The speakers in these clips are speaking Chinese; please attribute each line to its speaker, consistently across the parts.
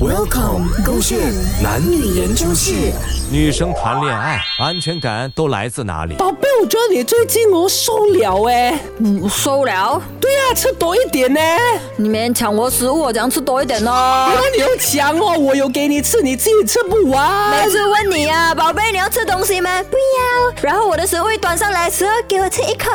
Speaker 1: Welcome，勾线男女研究室。
Speaker 2: 女生谈恋爱，安全感都来自哪里？
Speaker 3: 宝贝，我觉得你最近我瘦了哎。
Speaker 4: 嗯，收了。
Speaker 3: 对呀、啊，吃多一点呢。
Speaker 4: 你们抢我食物，我怎样吃多一点呢？
Speaker 3: 那你又抢哦，我有给你吃，你自己吃不完。
Speaker 4: 每次问你啊，宝贝，你要吃东西吗？不要。然后我的食物一端上来的时候，给我吃一口，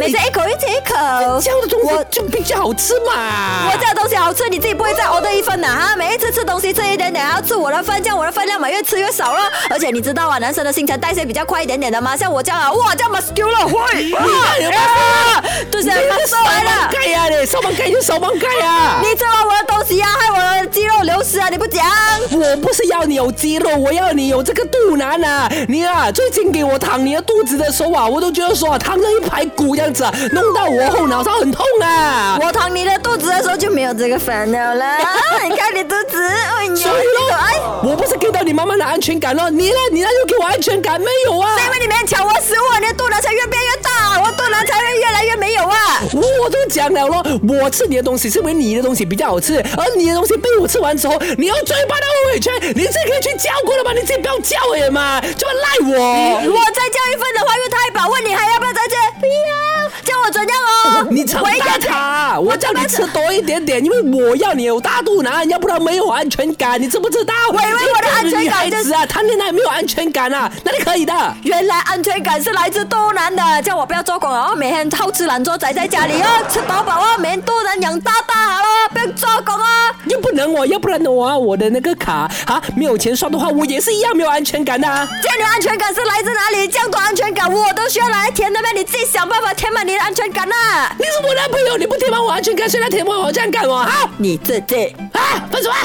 Speaker 4: 每次一口一吃一口。
Speaker 3: 这样的东西就比较好吃嘛。
Speaker 4: 我这东西好吃，你自己不会再 order 一份呐、啊、哈！每一次吃东西吃一点点，还要吃我的份，这样我的分量嘛越吃越少了。而且你知道啊，男生的新陈代谢比较快一点点的嘛，像我这样啊，哇，这样 muscular 会哇，啊就是
Speaker 3: 你
Speaker 4: 瘦来了。
Speaker 3: 盖呀、你烧帮盖就烧帮盖呀。
Speaker 4: 你吃完我的东西啊，害我的肌肉流失啊！你不讲，
Speaker 3: 我不是要你有肌肉，我要你有这个肚腩啊！你啊，最近给我躺你的肚子的时候啊，我都觉得说啊躺着一排骨这样子啊，弄到我后脑勺很痛啊。
Speaker 4: 我躺你的肚子的时候就没有这个烦恼 了。啊你看你肚子，哎呀，哎
Speaker 3: 所以
Speaker 4: 可爱。
Speaker 3: 咯，我不是给到你妈妈的安全感咯，你呢？你呢？又给我安全感没有啊？
Speaker 4: 因为你们抢我食物，你的肚腩才越变越大，我肚腩才会越来越没有啊！
Speaker 3: 我都讲了咯，我吃你的东西是因为你的东西比较好吃，而你的东西被我吃完之后，你用嘴巴的回圈，你自己可以去叫过的嘛，你自己不要叫而已嘛，就要赖我。
Speaker 4: 我再叫一份的话又太饱，问你还要不要再吃？不要，叫我怎样哦？
Speaker 3: 你常
Speaker 4: 我一
Speaker 3: 打
Speaker 4: 个人
Speaker 3: 卡，我叫你吃多一点点，因为我要你有大肚腩，要不然没有安全感，你知不知道？我
Speaker 4: 以为我的安全感
Speaker 3: 女孩
Speaker 4: 就是
Speaker 3: 子啊，谈恋爱没有安全感啊，那你可以的。
Speaker 4: 原来安全感是来自多男的，叫我不要做工哦，每天好吃懒做，宅在家里哦，吃饱饱哦，每天都能养大大好了，不要做工哦。
Speaker 3: 又不能我，要不然的话，我的那个卡啊，没有钱刷的话，我也是一样没有安全感的、啊。
Speaker 4: 这样的安全感是来自哪里？这样多安全感我都需要拿来填的呗，你自己想办法填满你的安全感啊呐、
Speaker 3: 你是我男朋友，你不填满我安全感，谁来填满我安全感我哈？
Speaker 4: 你自己。
Speaker 3: 啊，分手啊！